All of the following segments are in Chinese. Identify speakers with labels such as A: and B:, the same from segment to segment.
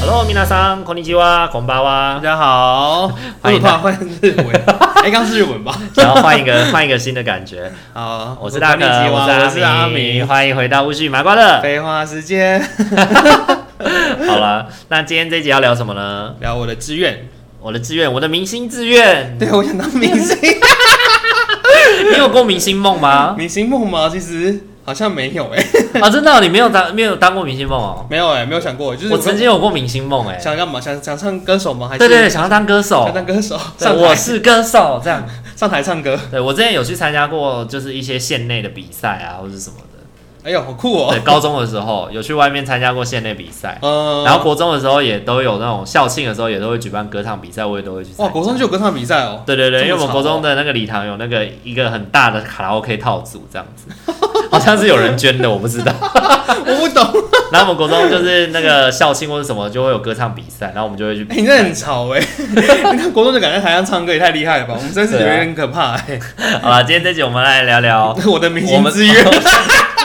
A: Hello，皆さん、こんにちは、こんばん
B: 大
A: は。
B: 家好，
A: 欢迎大
B: 换日 文，哎，刚是日文吧？
A: 想 要换一个换一个新的感 觉。
B: 好，
A: 我是大可，
B: こんにちは
A: 我
B: 我
A: 是
B: 是
A: 阿
B: 阿
A: 明，
B: 明。
A: 欢迎回到巫师与麻瓜的。
B: 废话时间，
A: 好了，那今天这集要聊什么呢？
B: 聊我的志愿。
A: 我的志愿，我的明星志愿。
B: 对，我想当明星，
A: 你有过明星梦吗？
B: 明星梦吗？其实好像没有哎，
A: 啊，真的哦、你没有当没有当过明星梦哦。
B: 没有哎，没有想过，就是
A: 我曾经有过明星梦，哎，
B: 想干嘛？想想唱歌手吗？还是
A: 对对对，想要当歌手
B: 想，当歌手，
A: 对
B: 上
A: 我
B: 台
A: 是歌手这样。
B: 上台唱歌。
A: 对我之前有去参加过，就是一些县内的比赛啊，或者什么的。
B: 哎呦，好酷哦
A: 对，！高中的时候有去外面参加过县内比赛，
B: 嗯，
A: 然后国中的时候也都有那种校庆的时候也都会举办歌唱比赛，我也都会去参加。
B: 哇，国中就有歌唱比赛 哦。
A: 对对对，因为我
B: 这么
A: 们
B: 潮
A: 国中的那个礼堂有那个一个很大的卡拉 OK 套组这样 子，好像是有人捐的，我不知道。
B: 我不懂，
A: 然后我们国中就是那个校庆或者什么就会有歌唱比赛，然后我们就会去
B: 哎
A: 比
B: 你这
A: 赛。
B: 很潮 哎！你看国中就敢在台上唱歌，也太厉害了吧？我们真是有
A: 啊
B: 点可怕哎。
A: 好了，今天这集我们来聊聊
B: 我的明
A: 我
B: 星
A: 们
B: 志愿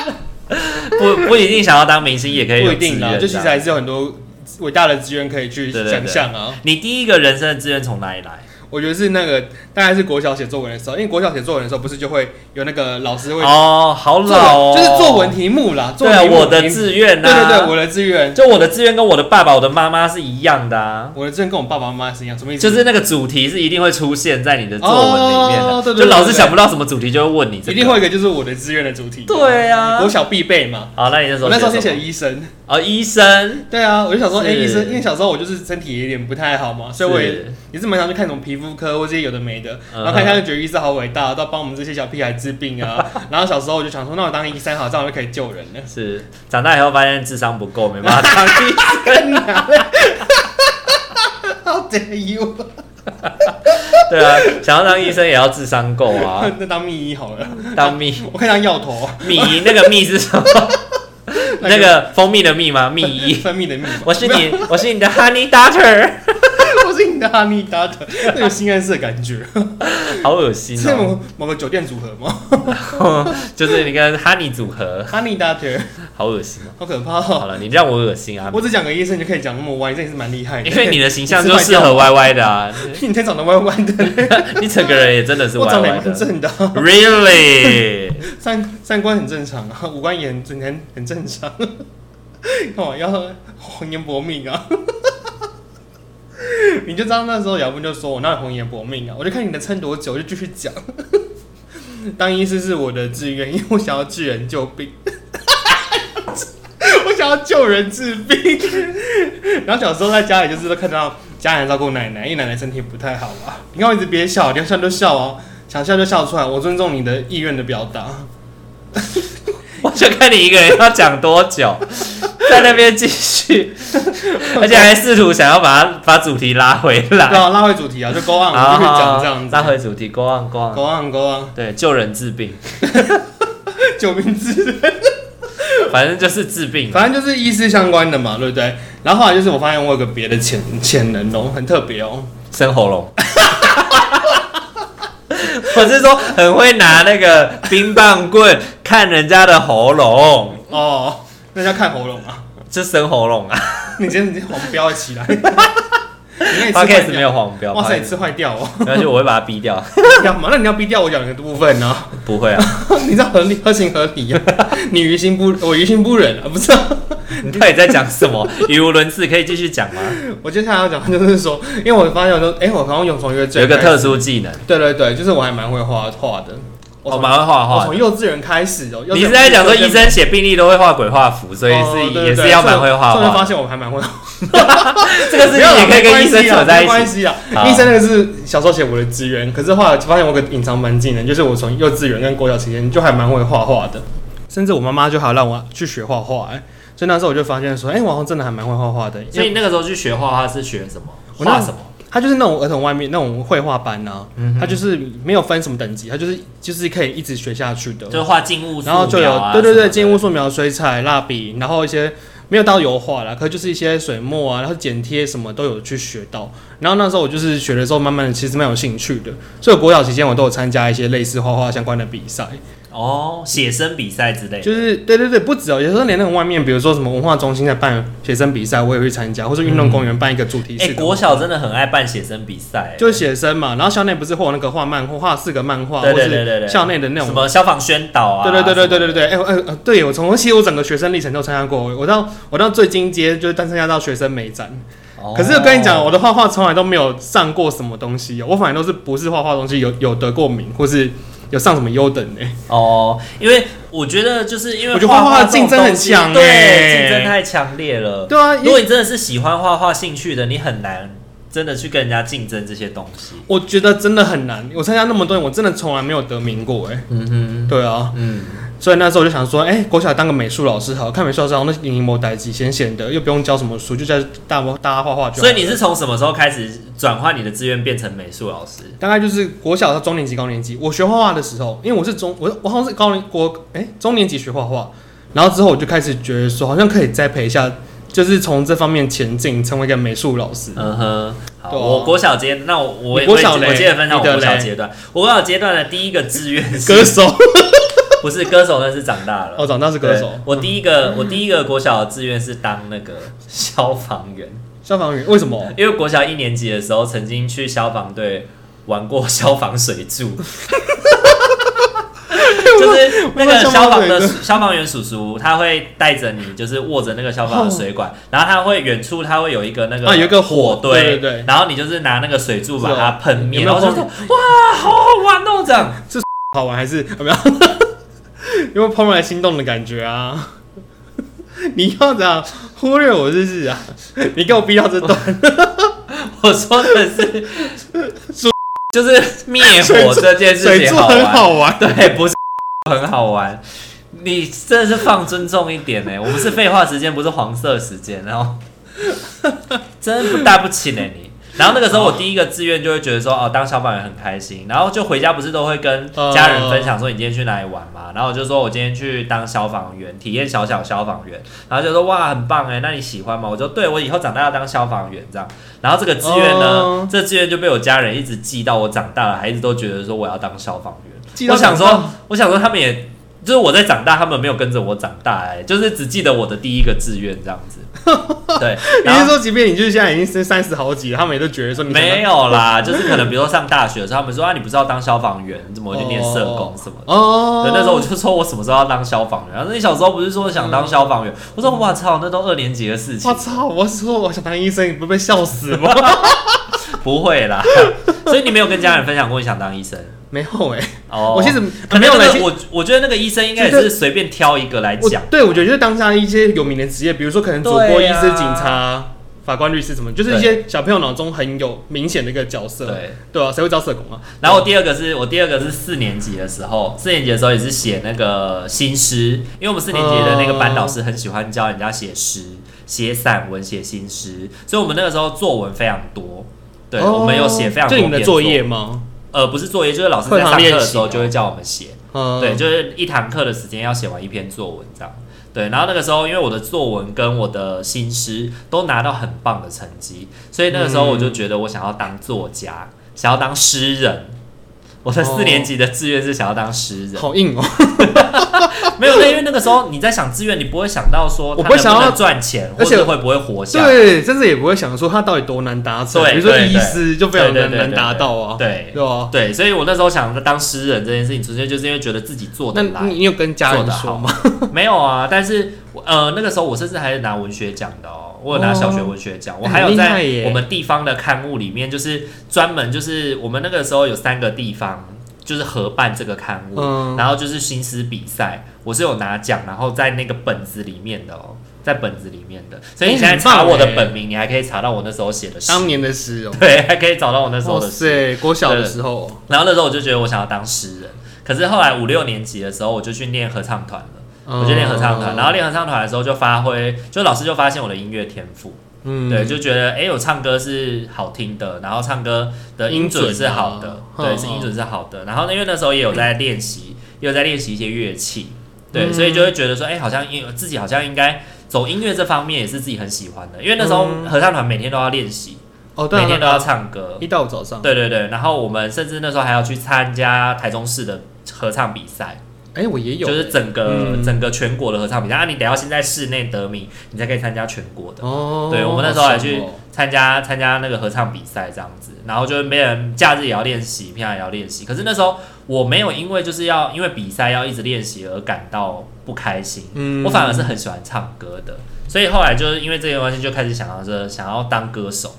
A: 不不一定想要当明星，也可以
B: 不
A: 有
B: 一定
A: 志
B: 啦，
A: 愿
B: 就其实
A: 这样
B: 还是有很多伟大的志愿可以去
A: 对对对
B: 想象啊。
A: 你第一个人生的志愿从哪里来？
B: 我觉得是那个大概是国小写作文的时候，因为国小写作文的时候不是就会有那个老师会
A: 哦，好
B: 作文
A: 老哦，
B: 就是作文。题目啦，作
A: 对啊，
B: 文题目
A: 我的
B: 题目
A: 志愿呐、
B: 对对对，我的志愿，
A: 就我的志愿跟我的爸爸、我的妈妈是一样的啊。
B: 我的志愿跟我爸爸妈妈是一样，什么意思？
A: 就是那个主题是一定会出现在你的作文里面的，
B: 哦对对对
A: 就老师
B: 对对
A: 想不到什么主题就会问你、这个
B: 一定会有一个就是我的志愿的主题。
A: 对啊
B: 国小必备嘛。
A: 好，那你那时候
B: 我那时候
A: 写
B: 先写
A: 什么
B: 医生，
A: 哦，医生，
B: 对啊，我就想说，哎、
A: 是
B: 医生，因为小时候我就是身体有点不太好嘛，所以我也
A: 是
B: 也是蛮想去看什么皮肤科或这些有的没的，
A: 嗯哼
B: 然后看他就觉得医生好伟大，到帮我们这些小屁孩治病 啊。然后小时候我就想说，那我当医生好，这样我就可以救人了。
A: 是长大以后发现智商不够，没办法 当医生。
B: How dare you！
A: 对啊，想要当医生也要智商够啊。
B: 那当秘医好了，
A: 当蜜
B: 我看当药头，啊
A: 蜜那个蜜是什 么？那个蜂蜜的蜜吗？蜜医。
B: 分泌的泌吧。
A: 我是你，我是你的 Honey Doctor，
B: 我是你的哈密达的，那有性暗示的感 觉，
A: 好恶心
B: 是
A: 哦、
B: 某某个酒店组合吗？
A: 就是你跟 Honey 组合，
B: 哈密达特，
A: 好恶心哦、
B: 好可怕
A: 好
B: 哦！
A: 了，你让我恶心啊！
B: 我只讲个医生就可以讲那么歪，你真的是蛮厉害 的。
A: 因为你的形象就适合歪歪的啊，
B: 你才长得歪歪的，
A: 你整个人也真的 是
B: 我
A: 歪
B: 长得
A: 歪
B: 也蛮
A: 的。
B: 正的啊，
A: Really？
B: 三三观很正常啊，五官也很很很正常。 干嘛要红颜薄命啊？ 你就知道那时候姚文就说我那红颜薄命啊，我就看你能撑多久，我就继续讲。 当医师是我的志愿，因为我想要治人救病， 我想要救人治病。 然后小时候在家里就是都看到家人照顾奶奶，因为奶奶身体不太好嘛。你看我一直憋笑，你要笑就笑哦，想笑就笑出来，我尊重你的意愿的表达。
A: 我就看你一个人要讲多久，在那边继 续， 而且还试图想要把它把主题拉回
B: 对
A: 来。
B: 啊，拉回主题啊，就 go on，我
A: 好
B: 们继续
A: 好
B: 讲
A: 好
B: 这样子。
A: 拉回主题，go on go on。
B: go on go on，
A: 对，救人治病，
B: 救命之人，
A: 反正就是治病。
B: 反正就是医师相关的嘛，对不对？然后后来就是我发现我有个别的潜潜能哦，很特别哦。
A: 生喉咙。 我是说，很会拿那个冰棒棍看人家的喉咙，
B: 哦，那叫看喉咙啊，
A: 就生喉咙啊。
B: 你今天你黄标起 来，你那你吃
A: p o
B: 坏
A: d c
B: 掉
A: 没有黄标，
B: 哇塞，你
A: podcast
B: 吃坏掉哦，
A: 没关系，我会把它逼 掉。
B: 要嘛？那你要逼掉我讲的部分呢、啊？
A: 不会啊，
B: 你这样合理合情合理呀、啊 你于心不我于心不忍啊，不是、啊？
A: 你到底在讲什么？ 语无伦次，可以继续讲吗？
B: 我接下来要讲的就是说，因为我发现我说，哎、我好像有从约
A: 有
B: 最
A: 一个
B: 开
A: 特
B: 始
A: 殊技能，
B: 对对对，就是我还蛮会画画的。
A: 我
B: 从
A: 蛮会画
B: 我
A: 画的。
B: 从幼稚园开始哦。幼稚
A: 哦你
B: 园
A: 是在讲说医
B: 幼稚园
A: 生写病历都会画鬼画符，所以
B: 哦对
A: 是
B: 对
A: 也
B: 对
A: 是要蛮会画
B: 突然发
A: 画。
B: 现我还蛮会画，
A: 这个事情也可以跟医生扯在一
B: 没关
A: 起。
B: 系啊。
A: 好
B: 医生那个是小时候写我的志愿，可是后来发现我有个隐藏版技能，就是我从幼稚园跟国小期间就还蛮会画画的。甚至我妈妈就还让我去学画画、哎，所以那时候我就发现说，哎、我好像真的还蛮会画画的，因
A: 所以
B: 为
A: 你那个时候去学画画是学什么？
B: 我那
A: 画什么？
B: 他就是那种儿童外面那种绘画班呐、
A: 嗯
B: 啊，他就是没有分什么等级，他就是就是可以一直学下去的，
A: 就是画静物素
B: 然后就
A: 描
B: 有
A: 啊
B: 对对
A: 什么
B: 对，
A: 的
B: 静物素描、水彩、蜡笔，然后一些没有到油画啦，可就是一些水墨啊，然后剪贴什么都有去学到。然后那时候我就是学的时候，慢慢的其实蛮有兴趣的，所以我国小期间我都有参加一些类似画画相关的比赛，
A: 哦，写生比赛之类的。
B: 就是对对对，不止哦，有时候连那种外面，比如说什么文化中心在办学生比赛，我也会参加，或者运动公园办一个主题
A: 嗯哎、
B: 式的
A: 国小真的很爱办写生比赛、
B: 就是写生嘛，然后校内不是会有那个画漫画，画四个漫画，
A: 对对对对
B: 或
A: 对，
B: 是校内的那种
A: 什么消防宣导啊，
B: 对对对
A: 什
B: 对对
A: 么
B: 对对，哎、我哎、呃对我从其实我整个学生历程都参加过，我到我到最进阶就是参加到学生美展，
A: 的。哦
B: 可是我跟你讲，我的画画从来都没有上过什么东西哦，我反而都是不是画画的东西有有得过名，或是有上什么优等呢、
A: 哦，因为我觉得就是因为
B: 我觉得画画
A: 这种
B: 竞争很
A: 东西
B: 强欸
A: 对，竞争太强烈了。
B: 对啊，因
A: 如
B: 为
A: 果你真的是喜欢画画兴趣的，你很难真的去跟人家竞争这些东西。
B: 我觉得真的很难，我参加那么多年，我真的从来没有得名过哎、
A: 嗯哼，
B: 对啊，
A: 嗯，
B: 所以那时候我就想说，哎、国小当个美术老师好，看美术老师好，那零零某代机闲闲的，又不用教什么书，就在大家大家画画就好
A: 所
B: 了。
A: 以你是从什么时候开始转换你的志愿变成美术老师？
B: 大概就是国小到中年级、高年级，我学画画的时候，因为我是中，我我好像是高年国哎、中年级学画画，然后之后我就开始觉得说，好像可以栽培一下，就是从这方面前进，成为一个美术老师。
A: 嗯哼，好，
B: 对啊
A: 我国小阶，那我我也
B: 你国
A: 我也
B: 小嘞
A: 我接着分享我
B: 你的
A: 国小
B: 嘞
A: 阶段，我国小阶段的第一个志愿是
B: 歌手，
A: 不是歌手，那是长大了。
B: 哦，长大是歌手
A: 对，我第一个我第一个国小的志愿是当那个消防员，
B: 消防员，为什么？
A: 因为国小一年级的时候曾经去消防队玩过消防水柱。 就是那个消防的消防员叔叔，他会带着你，就是握着那个消防的水管，然后他会远处他会有一个那个
B: 哦啊有一个火
A: 火
B: 对对对啊
A: 然后你就是拿那个水柱把它喷灭，
B: 有没
A: 然
B: 有
A: 后就
B: 碰
A: 说哇，好好玩哦，这样。
B: 好玩还是怎么 样？有没有怦然心动的感觉啊？ 你要怎样忽略我是不是啊？你给我逼到这段，
A: 我说的 是就是灭火这件事
B: 水
A: 情
B: 柱
A: 好
B: 很
A: 玩，
B: 好玩。
A: 对，不是很好玩。你真的是放尊重一点呢、欸我们是废话时间，不是黄色时间，然后真不大不起呢、你。然后那个时候，我第一个志愿就会觉得说，哦，当消防员很开心。然后就回家不是都会跟家人分享说你今天去哪里玩嘛？然后我就说我今天去当消防员，体验小小消防员。然后就说哇，很棒哎，那你喜欢吗？我就对我以后长大要当消防员这样。然后这个志愿呢，
B: 哦
A: 这志愿就被我家人一直记到我长大了，还一直都觉得说我要当消防员。
B: 记到
A: 我想
B: 长大
A: 说，我想说他们也，就是我在长大，他们没有跟着我长大、哎，就是只记得我的第一个志愿这样 子。对，
B: 你
A: 然
B: 是
A: 后
B: 说，即便你就是现在已经是三十好几了，他们也都觉得说你想当
A: 没有啦，就是可能比如说上大学的时候，他们说啊，你不是要当消防员，你怎么会去念社工什么的。
B: 哦
A: 对，那时候我就说，我什么时候要当消防员？然后你小时候不是说想当消防员？我说，我操，那都二年级的事情
B: 我。哦操！我说我想当医生，你不被笑死 吗？
A: 不会 啦，所以你没有跟家人分享过你想当医生
B: 没有哎、
A: 哦。
B: 我其实
A: 可能
B: 没有
A: 那
B: 了。
A: 个
B: 其实
A: 我我觉得那个医生应该也
B: 觉得
A: 是随便挑一个来
B: 我
A: 讲。
B: 对我觉得就是当下一些有名的职业，比如说可能主播、
A: 对
B: 医
A: 啊
B: 师、警察、法官、律师什么，就是一些小朋友脑中很有明显的一个角色。
A: 对，
B: 对啊，谁会招社工啊？
A: 然后我第二个是我第二个是四年级的时候，四年级的时候也是写那个新诗，因为我们四年级的那个班导师很喜欢教人家写诗、写散文、写新诗，所以我们那个时候作文非常多。对，
B: 哦
A: 我们有写非常多
B: 就你们
A: 篇
B: 的作业，吗？
A: 呃，不是作业，就是老师
B: 课
A: 在
B: 堂
A: 上课
B: 练
A: 的
B: 习
A: 时候
B: 哦
A: 就会叫我们写。
B: 嗯，
A: 对，就是一堂课的时间要写完一篇作文这样。对，然后那个时候因为我的作文跟我的新诗都拿到很棒的成绩，所以那个时候我就
B: 嗯
A: 觉得我想要当作家，想要当诗人。我的
B: 哦
A: 四年级的志愿是想要当诗人，
B: 好硬哦、
A: 没有，因为那个时候你在想志愿，你不会想到说他
B: 我不会
A: 能
B: 想
A: 不
B: 要
A: 能赚钱，
B: 而
A: 或
B: 且
A: 者会不会活下来。
B: 对，甚至也不会想说他到底多难达成。
A: 对
B: 比如说
A: 对
B: 医
A: 对
B: 师就非常
A: 对对
B: 难
A: 对
B: 难
A: 对
B: 达
A: 对
B: 到啊。
A: 对
B: 对啊。
A: 对，所以我那时候想当诗人这件事情，纯粹就是因为觉得自己做
B: 那
A: 得来。
B: 你你有跟家
A: 做
B: 人
A: 得
B: 说
A: 好
B: 吗？
A: 没有啊，但是我呃那个时候我甚至还是拿文学奖的哦，我有拿小学文学奖，我还
B: 哦很
A: 有
B: 厉害
A: 在
B: 耶
A: 我们地方的刊物里面，就是专门就是我们那个时候有三个地方就是合办这个刊物，
B: 嗯
A: 然后就是新诗比赛，我是有拿奖，然后在那个本子里面的哦，在本子里面的，所以你现在
B: 哎
A: 查
B: 很棒
A: 我的
B: 耶
A: 本名，你还可以查到我那时候写的诗，
B: 当年的诗哦、
A: 对，还可以找到我那时候
B: 哇
A: 的诗。
B: 塞，国小的时候，
A: 然后那时候我就觉得我想要当诗人，可是后来五六年级的时候我就去念合唱团了，我就练合唱
B: 哦
A: 团，然后练合唱团的时候就发挥，就老师就发现我的音乐天赋，
B: 嗯
A: 对，就觉得哎、诶我唱歌是好听的，然后唱歌的音准是好的，
B: 音准啊
A: 对，
B: 嗯
A: 是音准是好的。然后呢因为那时候也有在练习，也有在练习一些乐器，对，
B: 嗯
A: 所以就会觉得说，哎、好像音自己好像应该走音乐这方面也是自己很喜欢的，因为那时候
B: 嗯
A: 合唱团每天都要练习，
B: 哦，对啊，
A: 每天都
B: 对啊
A: 要唱歌，
B: 一到五早上，
A: 对对对。然后我们甚至那时候还要去参加台中市的合唱比赛。
B: 哎，我也有，
A: 就是整个、
B: 嗯
A: 整个全国的合唱比赛啊，你得要先在室内得名，你才可以参加全国的。
B: 哦，
A: 对我们那时候还去
B: 好爽哦
A: 参加参加那个合唱比赛这样子，然后就是没人假日也要练习，平常也要练习。可是那时候我没有因为就是要因为比赛要一直练习而感到不开心，
B: 嗯
A: 我 反而是很喜欢唱歌的，所以后来就是因为这个关系就开始想要说想要当歌手，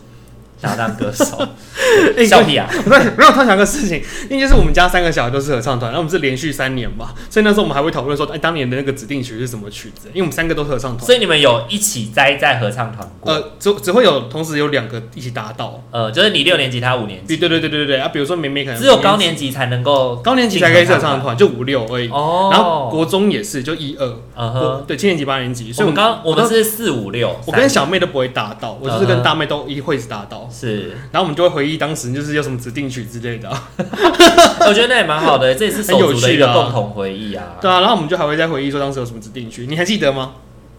A: 想要当歌手，
B: 哎
A: 笑屁啊！
B: 对，没有他想个事情，因为就是我们家三个小孩都是合唱团，然后我们是连续三年嘛，所以那时候我们还会讨论说，哎，当年的那个指定曲是什么曲子？因为我们三个都是合唱团，
A: 所以你们有一起栽在合唱团过？
B: 呃，只只会有同时有两个一起搭到，
A: 呃，就是你六年级，他五年级，
B: 对对对对对对啊，比如说梅梅可能
A: 只有高年级才能够
B: 高年级才可以是合唱团，就五六而已，
A: 哦，
B: 然后国中也是就一二，
A: 嗯
B: 国
A: 哼，
B: 对七年级八年级，所
A: 我
B: 以
A: 们刚我们
B: 都
A: 是四五六，
B: 我跟小妹都不会搭到，我就是
A: 嗯
B: 跟
A: 哼
B: 大妹都一会是搭到。
A: 是，
B: 然后我们就会回忆当时就是有什么指定曲之类的啊、
A: 我觉得那也蛮好的，这也是手足的一个共同回忆啊。
B: 对啊，然后我们就还会再回忆说当时有什么指定曲，你还记得吗？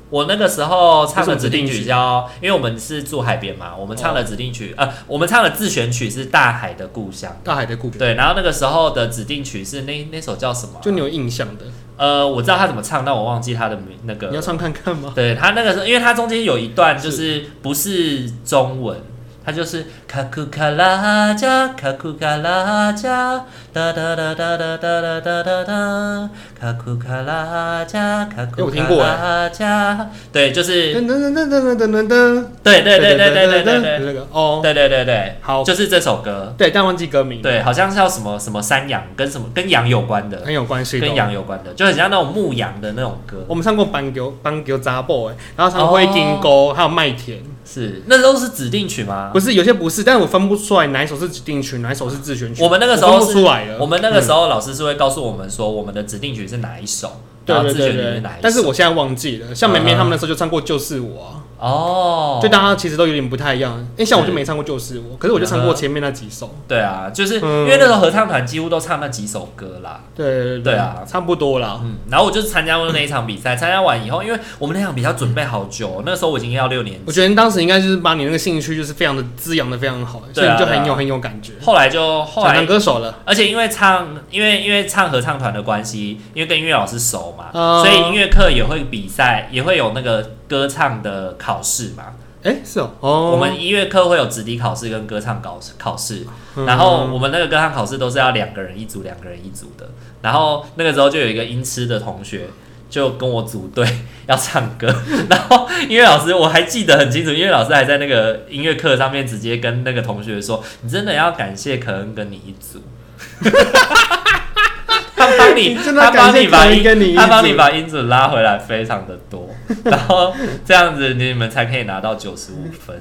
A: 我那个时候唱的指定曲叫，因为我们是住海边嘛，我们唱
B: 哦
A: 的指定曲，呃，我们唱的自选曲是《大海的故乡》。
B: 大海的故乡，
A: 对，然后那个时候的指定曲是那那首叫什么啊？
B: 就你有印象的，
A: 呃，我知道他怎么唱，但我忘记他的名那个。
B: 你要唱看看吗？
A: 哦对他那个时候，因为他中间有一段就是不是中文，他就是卡库卡拉加卡库卡拉加哒哒哒哒哒哒哒哒哒哒卡库卡拉加卡
B: 哎
A: 库
B: 我听
A: 卡
B: 过
A: 拉加，对，就是
B: 噔噔噔噔噔噔噔噔，
A: 对对对对对对对对哦
B: 那个哦，
A: 对对对对，
B: 好
A: 就是这首歌，
B: 对，但忘记歌名，，
A: 对，好像是叫什么什么山羊跟什么跟羊有关的，
B: 很有关系的哦。
A: 跟羊有关的，就很像哎那种哦牧羊的那种歌，
B: 我们唱过《班牛班牛杂布》哎，然后唱过《金沟》，还有《麦田》，
A: 是那都是指定曲吗？
B: 不是有些不是，但我分不出来哪一首是指定曲，哪一首是自选曲。
A: 我们那个时候
B: 我分不出来嗯
A: 我
B: 了，
A: 们那个时候老师是会告诉我们说，我们的指定曲是哪一首，
B: 对
A: 然后
B: 对
A: 自选曲
B: 对
A: 是
B: 对
A: 哪一首。。
B: 但是我现在忘记了，像梅梅
A: 嗯
B: 他们那时候就唱过《就是我》啊。
A: 哦，
B: 就大家其实都有点不太一样。因为像我就没唱过《就是我》，可是我就唱过
A: 嗯
B: 前面那几首。
A: 对啊，就是
B: 嗯
A: 因为那时候合唱团几乎都唱那几首歌啦。
B: 对对
A: 对啊
B: 差不多啦。
A: 嗯，然后我就是参加过那一场比赛，参加完以后，因为我们那场比赛准备好久，哦那时候我已经要六年级，
B: 我觉得当时应该就是把你那个兴趣就是非常的滋养的非常好，所
A: 对
B: 以
A: 啊
B: 你就很
A: 对
B: 有
A: 啊
B: 很有感觉，
A: 后来就后
B: 想当
A: 来，
B: 歌手了。
A: 而且因为唱，因为因为唱合唱团的关系，因为跟音乐老师熟嘛，
B: 哦
A: 所以音乐课也会比赛，也会有那个歌唱的考试嘛。
B: 哎，是哦，哦，
A: 我们音乐课会有直笛考试跟歌唱考试考试，
B: 嗯
A: 然后我们那个歌唱考试都是要两个人一组，两个人一组的。然后那个时候就有一个音痴的同学就跟我组队 要唱歌，然后音乐老师我还记得很清楚，音乐老师还在那个音乐课上面直接跟那个同学说：“你真的要感谢可恩跟你一组。” 他帮你，
B: 你真的
A: 他帮你把
B: 感谢可恩
A: 音
B: 跟你一组
A: 他帮你把音准拉回来，非常的多，然后这样子你们才可以拿到九十五分。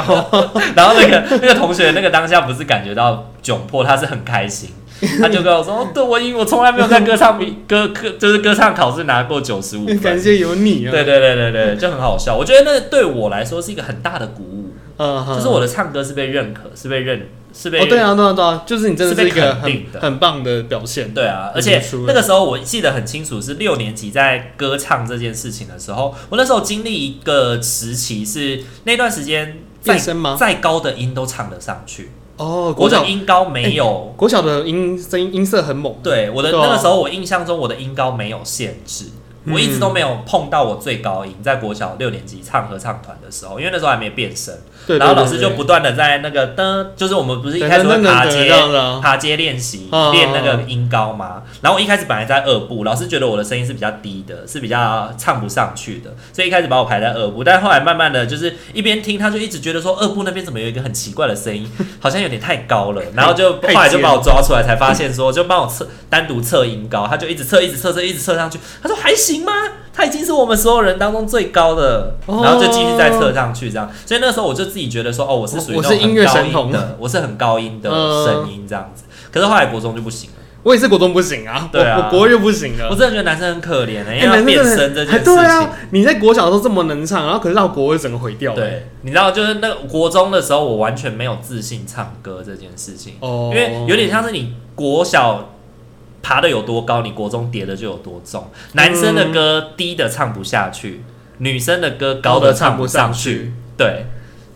B: 啊，
A: 然后那个那个同学那个当下不是感觉到窘迫，他是很开 心，他就跟我说：“哦对我因我从来没有在歌唱比歌歌就是歌唱考试拿过九十五
B: 感
A: 分。”
B: 谢有你啊。
A: 对，对对对对，就很好笑。我觉得那对我来说是一个很大的鼓舞，
B: 嗯，哼
A: 就是我的唱歌是被认可，是被认，是被
B: 哦，对啊，对啊，对啊，就是你真的是一
A: 是被
B: 个
A: 肯
B: 很
A: 定的
B: 很棒的表现。
A: 对啊，而
B: 很
A: 且
B: 突出
A: 那个时候我记得很清楚，是六年级在歌唱这件事情的时候，我那时候经历一个时期是那段时间再
B: 变声吗
A: 再高的音都唱得上去，
B: 哦，国
A: 我
B: 小哎
A: 的音高没有。
B: 国小的音声音音色很猛，
A: 对我的
B: 对啊
A: 那个时候，我印象中我的音高没有限制，
B: 嗯
A: 我一直都没有碰到我最高音。在国小六年级唱合唱团的时候，因为那时候还没变声，
B: 对，对
A: 然后老
B: 对
A: 师
B: 对
A: 就不断的在那个噔，就是我们不是一
B: 噔
A: 开始
B: 噔
A: 会
B: 噔
A: 爬
B: 噔
A: 阶
B: 这样子啊
A: 爬阶练习
B: 嗯
A: 练那个音高嘛。然后我一开始本来在二部，老师觉得我的声音是比较低的，是比较唱不上去的，所以一开始把我排在二部。但后来慢慢的就是一边听，他就一直觉得说二部那边怎么有一个很奇怪的声音，好像有点太高 了。然后就后
B: 太
A: 来就
B: 尖
A: 把我抓出来，才发现说就帮我测单独测音高，他就一直测一直测测一直测上去，他说还行吗？他已经是我们所有人当中最高的，
B: 哦
A: 然后就继续再测上去这样。所以那时候我就自己觉得说，哦，我是属于
B: 我
A: 那
B: 我
A: 种
B: 是音乐
A: 很高
B: 神童
A: 音的，我是很高音的
B: 嗯
A: 声音这样子。可是后来国中就不行了，
B: 我也是国中不行啊，
A: 对啊
B: 我我国二就不行了
A: 我。真的觉得男生很可怜的、
B: 嗯哎
A: 因为
B: 男
A: 要
B: 生
A: 变
B: 真的
A: 声这件
B: 哎
A: 事情。
B: 对啊，你在国小的时候这么能唱，然后可是到国二整个毁掉、哎，
A: 对，你知道，就是那个国中的时候，我完全没有自信唱歌这件事情，
B: 哦
A: 因为有点像是你国小爬的有多高，你国中跌的就有多重。男生的歌低的唱不下去，女生的歌高的唱不上去，对，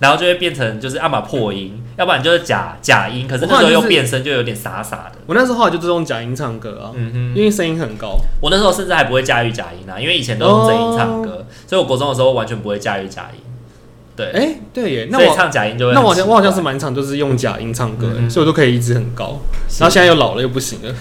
A: 然后就会变成就是要么破音，要不然就是假假音，可是那时候
B: 我后来就
A: 又
B: 是
A: 变声就有点傻傻的。
B: 我那时候就是用假音唱歌啊，
A: 嗯哼。
B: 因为声音很高。
A: 我那时候甚至还不会驾驭假音啊，因为以前都用真音唱
B: 哦
A: 歌，所以我国中的时候完全不会驾驭假音。对，
B: 哎、对耶，那
A: 所以
B: 我
A: 唱假音就会
B: 那我好
A: 很奇
B: 像
A: 怪
B: 我好像是满场就是用假音唱歌、
A: 嗯嗯
B: 所以我都可以一直很高。
A: 是
B: 然后现在又老了又不行了，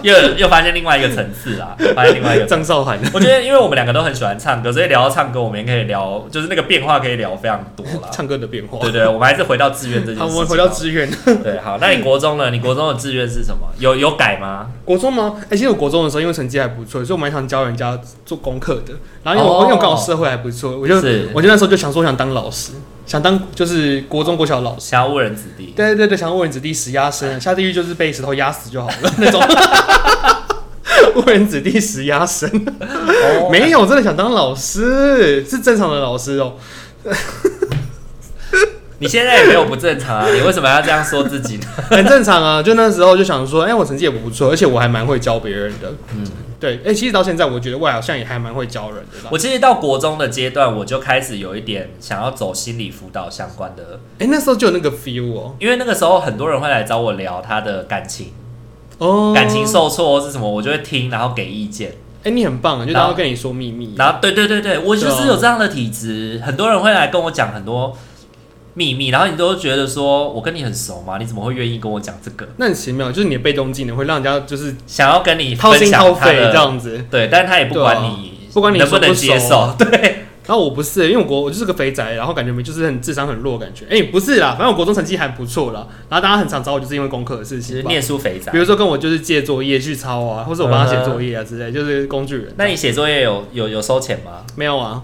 A: 又又发现另外一个层次啦，发现另外一个。
B: 张韶涵。
A: 我觉得，因为我们两个都很喜欢唱歌，所以聊到唱歌，我们也可以聊，就是那个变化可以聊非常多 啦。
B: 唱歌的变化。
A: 对对，我们还是回到志愿这件事
B: 好，
A: 情。
B: 我们回到志愿。
A: 对，好，那你国中呢？你国中的志愿是什么？有有改吗？
B: 国中吗？哎、其实我国中的时候，因为成绩还不错，所以我蛮想教人家做功课的。然后因为我、
A: 哦
B: 因为我刚好社会还不错，我就是我就那时候就想说，我想当老师，想当就是国中国小老师。
A: 想要误人子弟，
B: 对对对，想要误人子弟死压生，下地狱就是被石头压死就好了 那种。误人子弟死压生，
A: 哦
B: 没有，我真的想当老师，是正常的老师哦、
A: 你现在也没有不正常啊，你为什么要这样说自己呢？
B: 很正常啊。就那时候就想说，哎、我成绩也不错，而且我还蛮会教别人的。
A: 嗯
B: 嗯，对，哎、其实到现在我觉得我好像也还蛮会教人的啦。
A: 我其实到国中的阶段，我就开始有一点想要走心理辅导相关的，
B: 哎、那时候就有那个 feel 哦、
A: 因为那个时候很多人会来找我聊他的感情、
B: 哦，
A: 感情受挫是什么，我就会听，然后给意见。
B: 哎、你很棒，就
A: 然
B: 大
A: 后
B: 家跟你说秘密，
A: 然后对对对对，我就是
B: 对啊
A: 有这样的体质，很多人会来跟我讲很多秘密，然后你都觉得说我跟你很熟嘛，你怎么会愿意跟我讲这个？
B: 那很奇妙，就是你的被动技能会让人家就是
A: 想要跟你
B: 掏
A: 分
B: 心
A: 享
B: 掏
A: 他
B: 肺
A: 的
B: 这样子。
A: 对，但是他也不
B: 对啊
A: 管你，
B: 不管你
A: 能不
B: 熟不啊
A: 能接
B: 熟
A: 受，对，
B: 然后我不是、因为我国我就是个肥宅，然后感觉没就是很智商很弱的感觉。哎、不是啦，反正我国中成绩还不错啦。然后大家很常找我就是因为功课的事
A: 其实
B: 情吧，
A: 念书肥宅
B: 比。如说跟我就是借作业去抄啊，或者我帮他写作业啊之类，就是工具人。
A: 那你写作业有有有收钱吗？
B: 没有啊，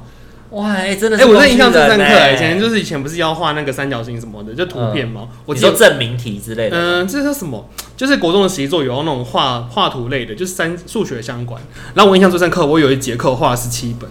A: 哇，哎，真的
B: 哎、
A: 是
B: 我
A: 工具人欸，
B: 真的印象最深刻、以前就是以前不是要画那个三角形什么的，就图片嘛。我
A: 你
B: 记得
A: 说证明题之类的，
B: 嗯、这叫什么？就是国中的习作有那种画画图类的，就是三数学相关。然后我印象最深刻，我有一节课画了十七 本，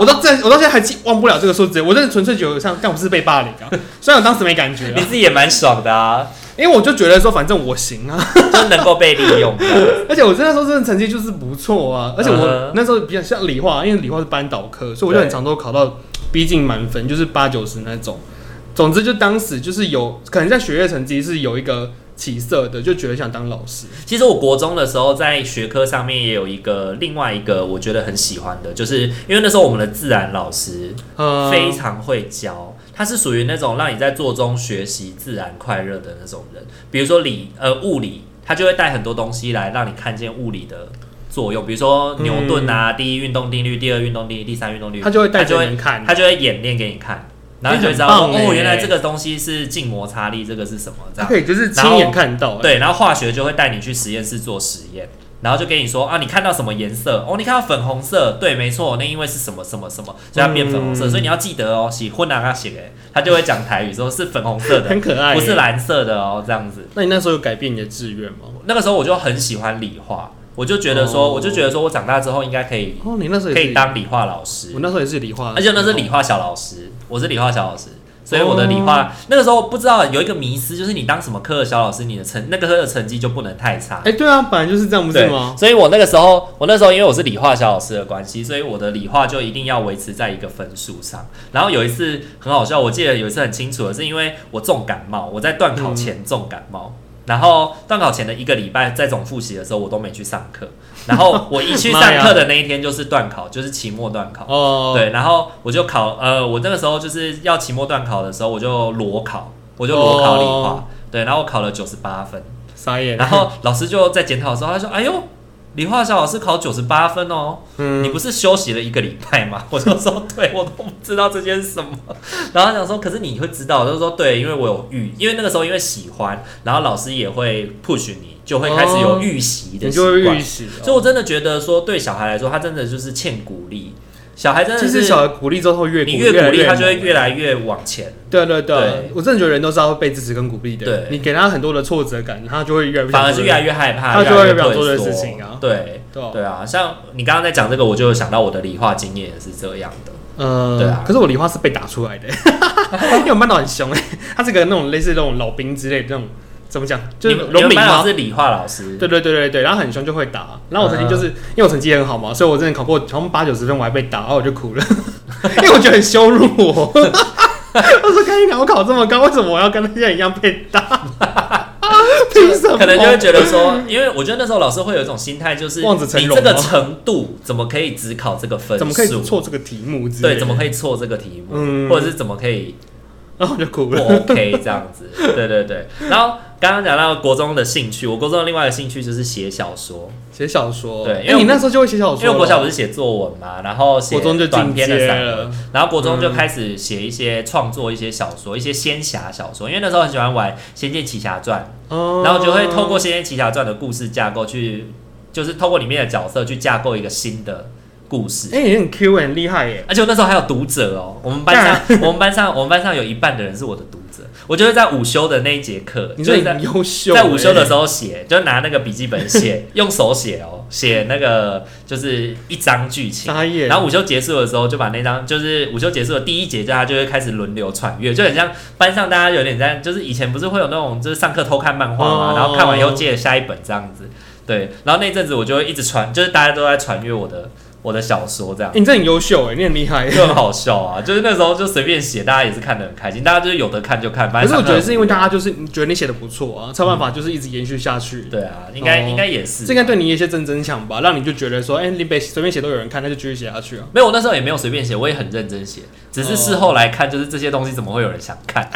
B: 我到这我到现在还记忘不了这个数字，我真的纯粹觉得像，但我是被霸凌 啊。虽然我当时没感觉、
A: 你
B: 啊，
A: 自己也蛮爽的 啊，
B: 因为我就觉得说反正我行 啊，
A: 就是能够被利用的。
B: 而且我那时候真的成绩就是不错啊，而且
A: 嗯哼
B: 我那时候比较像理化，因为理化是班导科，所以我就很
A: 对
B: 常都考到逼近满分，就是八九十那种。总之就当时就是有可能在学业成绩是有一个起色的，就觉得想当老师。
A: 其实我国中的时候，在学科上面也有一个另外一个我觉得很喜欢的，就是因为那时候我们的自然老师
B: 呃，
A: 非常会教，他是属于那种让你在做中学习自然快乐的那种人。比如说理呃物理，他就会带很多东西来让你看见物理的作用，比如说牛顿啊，第一运动定律、第二运动定律、第三运动定律，
B: 嗯他就会带
A: 他就
B: 着
A: 会
B: 人看。
A: 他就会演练给你看，然后你就会知道说、
B: 欸
A: 哦，原来这个东西是静摩擦力，这个是什么这
B: 他
A: 样。
B: 可以就是亲眼看到、欸，
A: 对，然后化学就会带你去实验室做实验，然后就跟你说啊，你看到什么颜色？哦，你看到粉红色，对，没错，那因为是什么什么什么，所以它变粉红色，
B: 嗯
A: 所以你要记得哦，喜混啊啊写诶，他就会讲台语说是粉红色的
B: 很，可爱、哎
A: 不是。蓝色的哦，这样子。
B: 那你那时候有改变你的志愿吗？
A: 那个时候我就很喜欢理化，我就觉得说，
B: 哦
A: 我就觉得说我长大之后应该可以
B: 哦，你那时候也
A: 可
B: 是
A: 以，当理化老师，
B: 我那时候也是理化，哦
A: 而且那是理化小老师，我是理化小老师，所以我的理化、
B: 哦
A: 那个时候不知道有一个迷思，就是你当什么科的小老师，你的成那个科的成绩就不能太差。
B: 哎、对啊，本来就是这样，不是
A: 对
B: 吗？
A: 所以我那个时候，我那时候因为我是理化小老师的关系，所以我的理化就一定要维持在一个分数上。然后有一次很好笑，我记得有一次很清楚的是，因为我重感冒，我在断考前重感冒。然后断考前的一个礼拜，在总复习的时候，我都没去上课。然后我一去上
B: 妈呀
A: 课的那一天就是断考，就是期末断考。
B: 哦，
A: 对，然后我就考，呃，我那个时候就是要期末段考的时候，我就裸考，我就裸考理化，
B: 哦
A: 对，然后我考了九十八分，
B: 傻眼。
A: 然后老师就在检讨的时候，他说：“哎呦，理化小老师考九十八分哦，
B: 嗯
A: 你不是休息了一个礼拜吗？” 我就说：“对，我都不知道这件事什么。” 然后他想说：“可是你会知道？”他就说：“对，因为我有预，因为那个时候因为喜欢，然后老师也会 push 你，就会开始有
B: 哦
A: 预习的
B: 你
A: 习
B: 就会
A: 惯。
B: 预习、哦
A: 所以，我真的觉得说，对小孩来说，他真的就是欠鼓励。小孩真的
B: 其实
A: 是
B: 小孩鼓励之后越
A: 你
B: 越
A: 越鼓励，他就
B: 猛哎
A: 会越来越往前。
B: 对对对，
A: 对
B: 我真的觉得人都是要被支持跟鼓励的。
A: 对
B: 你给他很多的挫折感，他就会越来越
A: 反而是越来
B: 越
A: 越害怕，
B: 他就会
A: 越来
B: 不
A: 越
B: 想做
A: 退
B: 的
A: 缩
B: 事情啊
A: 对，
B: 对啊
A: 对啊，像你刚刚在讲这个，我就有想到我的理化经验也是这样的。
B: 呃，
A: 对啊
B: 可是我理化是被打出来的， 因为我们班导很凶哎，他是个那种类似那种老兵之类的那种，怎么讲，就是
A: 你们你
B: 农
A: 们
B: 民
A: 班老
B: 嘛
A: 师。是嗯理化老师，
B: 对对对对对，然后很凶就会打，然后我曾经就是、因为我成绩很好嘛，所以我真的考过好像八九十分，我还被打，然后我就哭了， 因为我觉得很羞辱我。 我说：“看你俩我考这么高，为什么我要跟那些人一样被 打？凭什 么？
A: 可能就会觉得说，因为我觉得那时候老师会有一种心态，就是
B: 望子成
A: 你
B: 龙
A: 这个
B: 吗
A: 程度怎么可以只考这个分数？
B: 怎么可以错这个题目之类的？
A: 对，怎么可以错这个题目？
B: 嗯
A: 或者是怎么可以
B: 然后我就哭
A: 不
B: 了。
A: OK 这样子？对对对。然后刚刚讲到国中的兴趣，我国中的另外一个兴趣就是写小说，
B: 写小说，
A: 对因为
B: 哎你那时候就会写小说
A: 因为
B: 了，
A: 我国小不是写作文嘛，然后写
B: 国中就
A: 短
B: 进
A: 篇
B: 阶
A: 的散文，
B: 了，嗯
A: 然后国中就开始写一些创作一些小说，一些仙侠小说，因为那时候很喜欢玩《仙剑奇侠传》，
B: 哦
A: 然后就会透过《仙剑奇侠传》的故事架构去，就是透过里面的角色去架构一个新的故事。
B: 哎，你很 Q 很厉害耶，
A: 而且我那时候还有读者哦，我们 班上，我们班上，我们班上有一半的人是我的读者。我就会在午休的那一节课，
B: 你
A: 就
B: 说
A: 是
B: 你
A: 在
B: 很优秀，
A: 在午休的时
B: 候，
A: 候写，就拿那个笔记本写，用手写哦，写那个就是一张剧情。
B: 沙耶，
A: 然
B: 后
A: 后午休结束的时候，就把那张就是午休结束的第一节，大家就会开始轮流传阅，就很像班上大家有点在，就是以前不是会有那种就是上课偷看漫画嘛，
B: 哦
A: 然后看完以后借下一本这样子。对，然后那阵子我就会一直传，就是大家都在传阅我的我的小说 这样。
B: 你真的很优秀哎，你很厉害。
A: 就很好笑啊！就是那时候就随便写，大家也是看得很开心，大家就是有的看就看。反
B: 可
A: 正
B: 是我
A: 上课
B: 觉得是因为大家就是你觉得你写的不错啊，才有办法就是一直延续下去。
A: 对啊，应该、
B: 哦
A: 应该也是
B: 这应该对你一些正增强吧，让你就觉得说，哎，你被随便写都有人看，那就继续写下 去啊。
A: 没有，我那时候也没有随便写，我也很认真写，只是
B: 哦
A: 事后来看，就是这些东西怎么会有人想看？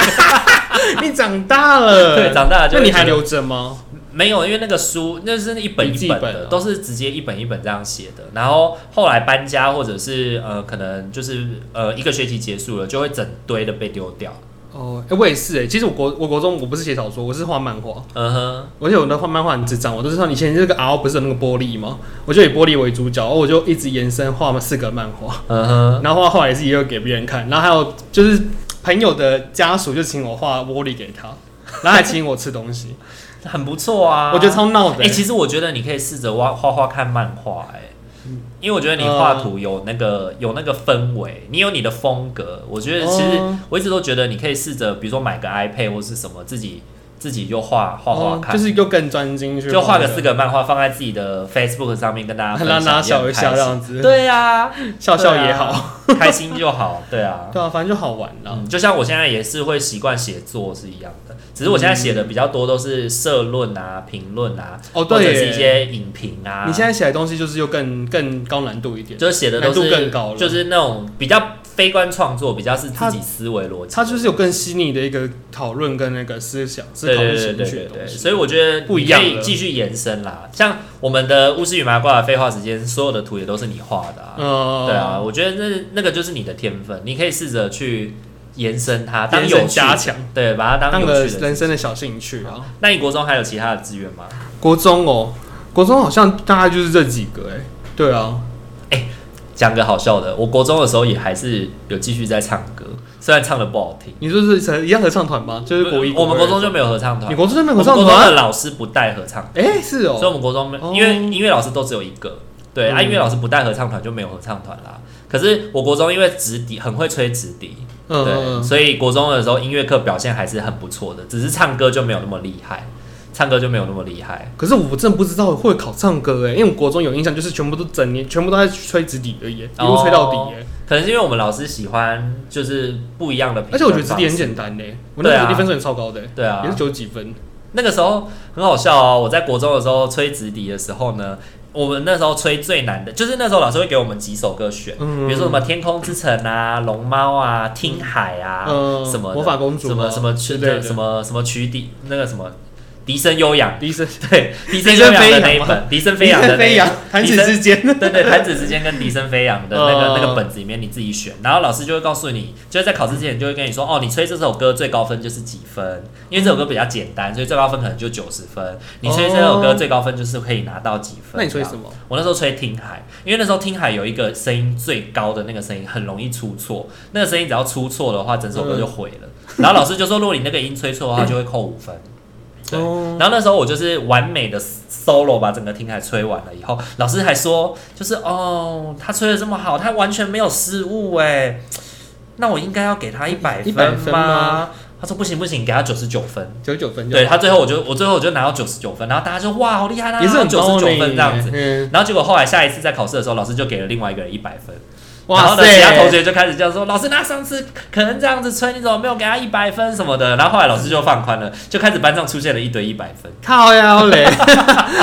B: 你长大了，
A: 对长大了就
B: 呃那
A: 会
B: 你还
A: 觉得
B: 留着吗？
A: 没有，因为那个书那是一本
B: 笔
A: 一
B: 记
A: 本
B: 本
A: 的，
B: 哦
A: 都是直接一本一本这样写的。然后后来搬家或者是呃，可能就是呃一个学期结束了，就会整堆的被丢掉。
B: 哦，哎、我也是哎、其实我国我国中我不是写小说，我是画漫画，
A: 嗯哼，
B: 而且我的画漫画很智障，我都是像以前这个 R 不是有那个玻璃吗？我就以玻璃为主角，然后我就一直延伸画了四个漫画，
A: 嗯哼，
B: 然后画后来自己又给别人看，然后还有就是朋友的家属就请我画玻璃给 他，然后还请我吃东西，
A: 很不错啊，
B: 我觉得超闹的、欸
A: 哎、其实我觉得你可以试着画画画看漫画、哎，
B: 嗯
A: 因为我觉得你画图有那个、有那个氛围，你有你的风格。我觉得其实
B: 哦
A: 我一直都觉得你可以试着，比如说买个 iPad 或是什么，自己自己就画画画
B: 哦
A: 看，
B: 就是又更专精去
A: 就画个四
B: 那
A: 个漫画放在自己的 Facebook 上面跟大家分享，
B: 让大家笑一
A: 也
B: 笑
A: 很
B: 这
A: 开心
B: 样子，
A: 对啊，
B: 笑笑也好，
A: 对啊，开心就好， 对啊。
B: 对啊，反正就好玩啦。
A: 嗯，就像我现在也是会习惯写作是一样的，只是我现在写的比较多都是社论啊、评论啊，
B: 哦
A: 或者
B: 对
A: 是
B: 耶
A: 一些影评啊。
B: 你现在写的东西就是又更更高难度一点，
A: 就是写的都是
B: 难度更高了
A: 就是那种比较非观创作，比较是自己思维逻辑的，
B: 它就是有更细腻的一个讨论跟那个思想、思
A: 对
B: 考
A: 对
B: 跟
A: 对
B: 情
A: 对
B: 绪
A: 对
B: 的东
A: 对，
B: 西。
A: 所以我觉得
B: 不一
A: 你可以
B: 样了
A: 继续延伸啦。像我们的巫师与麻瓜的废话时间，所有的图也都是你画的啊，
B: 呃，
A: 对啊，，我觉得那那个就是你的天分，你可以试着去延伸它，当
B: 延
A: 有
B: 伸
A: 趣
B: 加强，
A: 对，把它当
B: 当
A: 有
B: 个
A: 趣的
B: 人
A: 事。
B: 生的小兴趣啊。
A: 那你国中还有其他的资源吗？
B: 国中哦，国中好像大概就是这几个哎、对啊，
A: 讲个好笑的，我国中的时候也还是有继续在唱歌，虽然唱的不好听。
B: 你就是合一样合唱团吗？就是国一，
A: 我们国中
B: 就
A: 就没有合唱团
B: 你，国中就没
A: 我
B: 有
A: 们
B: 合
A: 国
B: 唱
A: 中的
B: 团？
A: 老师不带合唱团
B: 哎、
A: 所
B: 是
A: 以我
B: 啊哦，
A: 们国中没
B: 哦，
A: 因为音乐老师都只有一个，对啊，
B: 嗯
A: 音乐老师不带合唱团就没有合唱团啦。可是我国中因为直笛很会吹直笛，
B: 嗯
A: 对，
B: 嗯，
A: 所以国中的时候音乐课表现还是很不错的，只是唱歌就没有那么厉害，唱歌就没有那么厉害。
B: 可是我真的不知道会考唱歌哎、因为我国中有印象就是全部都整年全部都在吹直笛而已、
A: 哦
B: 一路吹到底哎、
A: 可能是因为我们老师喜欢就是不一样的，
B: 而且我觉得直笛很，简单哎、我那
A: 对
B: 个
A: 啊
B: 直笛分数很超高的、欸，
A: 对啊
B: 也，是九几分，
A: 那个时候很好笑哦，我在国中的时候吹直笛的时候呢，我们那时候吹最难的，就是那时候老师会给我们几首歌选，
B: 嗯
A: 比如说什么《天空之城》啊、《龙猫》啊、《听海》啊、
B: 嗯
A: 什么的
B: 魔法公主啊
A: 什么什么
B: 之
A: 曲
B: 类的
A: 什么什么曲底那个什么。笛声悠扬，
B: 笛声
A: 对，笛声
B: 笛
A: 悠
B: 声
A: 扬的
B: 飞
A: 那一
B: 扬
A: 本，笛声飞扬的那
B: 飞
A: 一
B: 扬
A: 本，，
B: 弹
A: 笛
B: 指
A: 声
B: 之间。
A: 对对，弹指之间跟笛声飞扬 的那个、
B: 哦
A: 那个本子里面，你自己选，然后老师就会告诉你，就是在考试之前就会跟你说，哦，你吹这首歌最高分就是几分，因为这首歌比较简
B: 嗯
A: 单，所以最高分可能就九十分。你吹这首歌最高分就是可以拿到几分。
B: 哦那你吹
A: 这样
B: 什么？
A: 我那时候吹听海，因为那时候听海有一个声音最高的那个声音很容易出错，那个声音只要出错的话，整首
B: 嗯
A: 歌就毁了。然后老师就说，如果你那个音吹错的话，就会扣五分。对
B: 哦，
A: 然后那时候我就是完美的 solo 把整个听海吹完了以后，老师还说就是哦，他吹的这么好，他完全没有失误哎，那我应该要给他一百
B: 一百
A: 分
B: 分
A: 吗
B: 吗？嗯
A: 他说不行不行，给他九十九分。
B: 九十九分就
A: 对他最后我就我最后我就拿到九十九分，然后大家就哇好厉害啦，
B: 也是很
A: 九十
B: 高
A: 九
B: 呢
A: 分这样子。
B: 嗯，
A: 然后结果后来下一次在考试的时候，老师就给了另外一个人一百分。然
B: 哇
A: 后呢，其他同
B: 塞，
A: 学就开始叫说，老师，那上次可能这样子吹，你怎么没有给他一百分什么的？然后后来老师就放宽了，就开始班上出现了一堆一百分。
B: 靠腰嘞！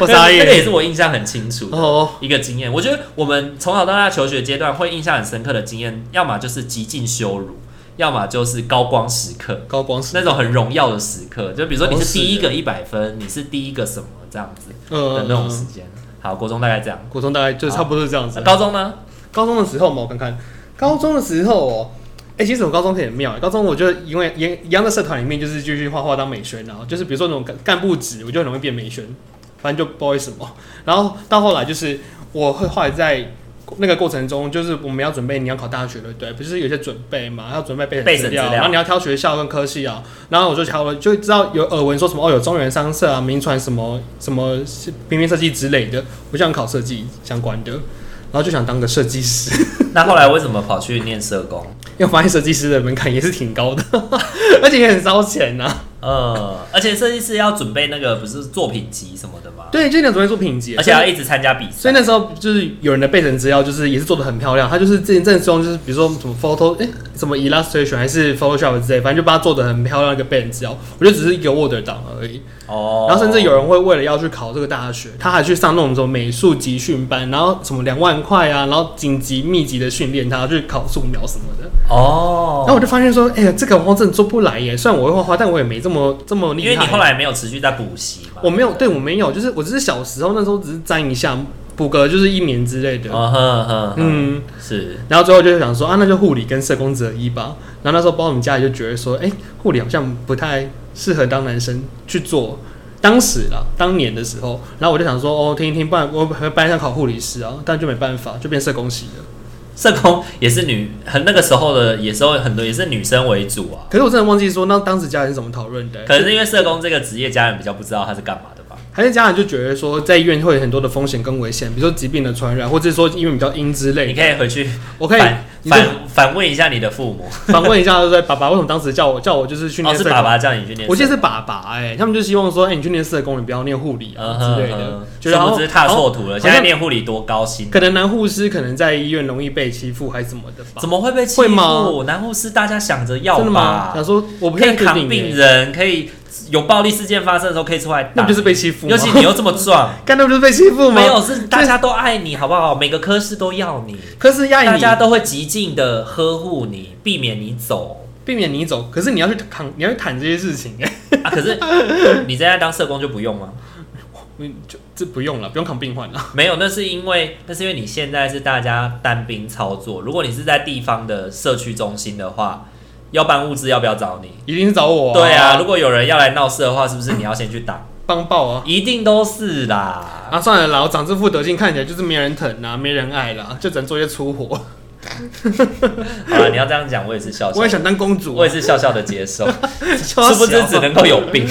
B: 我傻
A: 那个也
B: 眼。
A: 是我印象很清楚的
B: 哦，
A: 一个经验。我觉得我们从小到大求学阶段会印象很深刻的经验，要么就是极尽羞辱，要么就是高光时刻，
B: 高光是
A: 那种很荣耀的时刻。就比如说你
B: 高
A: 是
B: 光时
A: 第一个一百分，你是第一个什么这样子的
B: 嗯
A: 那种时间。好，国中大概这样。
B: 国中大概就差不多是这样
A: 那
B: 子。
A: 高中呢？
B: 高中的时候嘛，我看看，高中的时候哦，哎、其实我高中很妙，高中我就因为也一样在社团里面，就是继续画画当美宣，然后就是比如说那种干干部职，我就很容易变美宣，反正就不知道为什么。然后到后来就是我会后来在。那个过程中，就是我们要准备你要考大学对不对？不是有些准备嘛，要准备备
A: 备
B: 审
A: 审
B: 资料，
A: 资料
B: 然后你要挑学校跟科系啊。然后我就挑了，就知道有耳闻说什么哦，有中原商社啊、名传什么什么平面设计之类的，我就想考设计相关的，然后就想当个设计师。
A: 那后来为什么跑去念社 工？
B: 因为我发现设计师的门槛也是挺高的， 而且也很烧钱呐、
A: 呃，而且设计师要准备那个不是作品集什么的吗？
B: 对，就你要准备做品级，啊
A: 而且要一直参加比
B: 所
A: 赛
B: 以。那时候就是有人的备审资料，就是也是做的很漂亮。他就是之前阵中就是比如说什么 photo 哎、什么 illustration 还是 Photoshop 之类，反正就把它做的很漂亮一个备审资料。我就只是有我的档而已。
A: 哦，
B: 然后甚至有人会为了要去考这个大学，他还去上那种什么美术集训班，然后什么两万块啊，然后紧急密集的训练他去考素描什么的。
A: 哦
B: 然，后我就发现说，哎、呀，这个我真的做不来耶。虽然我会画画，但我也没这么这么厉
A: 因
B: 害。
A: 为你后来没有持续在补习嘛。
B: 我没有，对我没有，就是我只是小时候那时候只是沾一下，补个就是一年之类的。
A: 哦呵呵，嗯，
B: 嗯，
A: 是
B: 然后最后就想说啊，那就护理跟社工择一吧。然后那时候帮我们家里就觉得说，哎、护理好像不太适合当男生去做。当时啦，当年的时候，然后我就想说，哦，听一听，不然我我班上考护理师啊，但就没办法，就变社工系了。
A: 社工也是女，很那个时候的也时候很多也是女生为主啊。
B: 可是我真的忘记说，那当时家人是怎么讨论的、
A: 可能是因为社工这个职业，家人比较不知道他是干嘛的吧。
B: 还是家长就觉得说，在医院会有很多的风险跟危险，比如说疾病的传染，或者是说因为比较阴之类
A: 你
B: 的。
A: 可以回去
B: 我可以
A: 反
B: 你就
A: 反反问一下你的父母，
B: 反问一下，就是爸爸为什么当时叫我叫我就是去
A: 哦，
B: 念
A: 是
B: 社
A: 爸
B: 工？
A: 爸叫你去念社工，
B: 我记得是爸爸哎、他们就希望说，哎、你去念社工，你不要念护理啊
A: 嗯
B: 之
A: 哼
B: 类
A: 哼
B: 的，，觉得
A: 殊不知踏
B: 好
A: 错途了。
B: 好
A: 现
B: 像哦
A: 在念护理多高薪啊
B: 可能男护士可能在医院容易被欺负还是什么的吧
A: 怎？么会被欺
B: 会吗
A: 负？男护士大家想着要
B: 真的吗？
A: 吧
B: 想，说我不
A: 可
B: 太
A: 以
B: 确
A: 扛
B: 定、
A: 病
B: 欸，
A: 人，啊可以有暴力事件发生的时候可以出来
B: 那
A: 打
B: 不就，是被欺负吗
A: 尤？其你又这么壮，
B: 干那不就是被欺负吗？
A: 没，有是大家都爱你好不好？每个科室都要你，
B: 可是要
A: 大
B: 你
A: 家都会极尽的呵护你，避免你走。
B: 避免你走，可是你要去扛，你要去谈这些事情、 哎，
A: 啊，可是 你现在当社工就不用吗？
B: 嗯，就这不用了，不用扛病患了。
A: 没有，那是因为那是因为你现在是大家单兵操作。如果你是在地方的社区中心的话，要搬物资要不要找你？
B: 一定是找我、
A: 对啊，如果有人要来闹事的话，是不是你要先去打？
B: 帮爆啊！
A: 一定都是啦。
B: 啊，算了啦，我长这副德性，看起来就是没人疼啊，没人爱啦，就只能做一些粗活。
A: 好了，你要这样讲，我也是笑笑
B: 我也，想当公主，啊
A: 我也是笑笑的接受，殊
B: 殊
A: 不知只能够有病，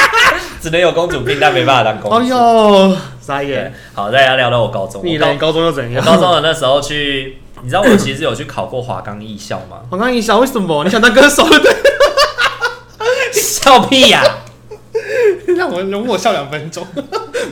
A: 只能有公主病，但没办法当公
B: 哎
A: 主。
B: 呦，傻
A: 对
B: 眼！
A: 好，再来聊聊我高中。
B: 你
A: 我
B: 来
A: 高
B: 高中又怎
A: 我
B: 样？
A: 高 中的那时候去，你知道我其实有去考过华冈艺校 吗？
B: 我刚一想，为什么你想当歌手？ 对，
A: 笑屁
B: 啊
A: 呀、
B: 让我容我笑两分钟。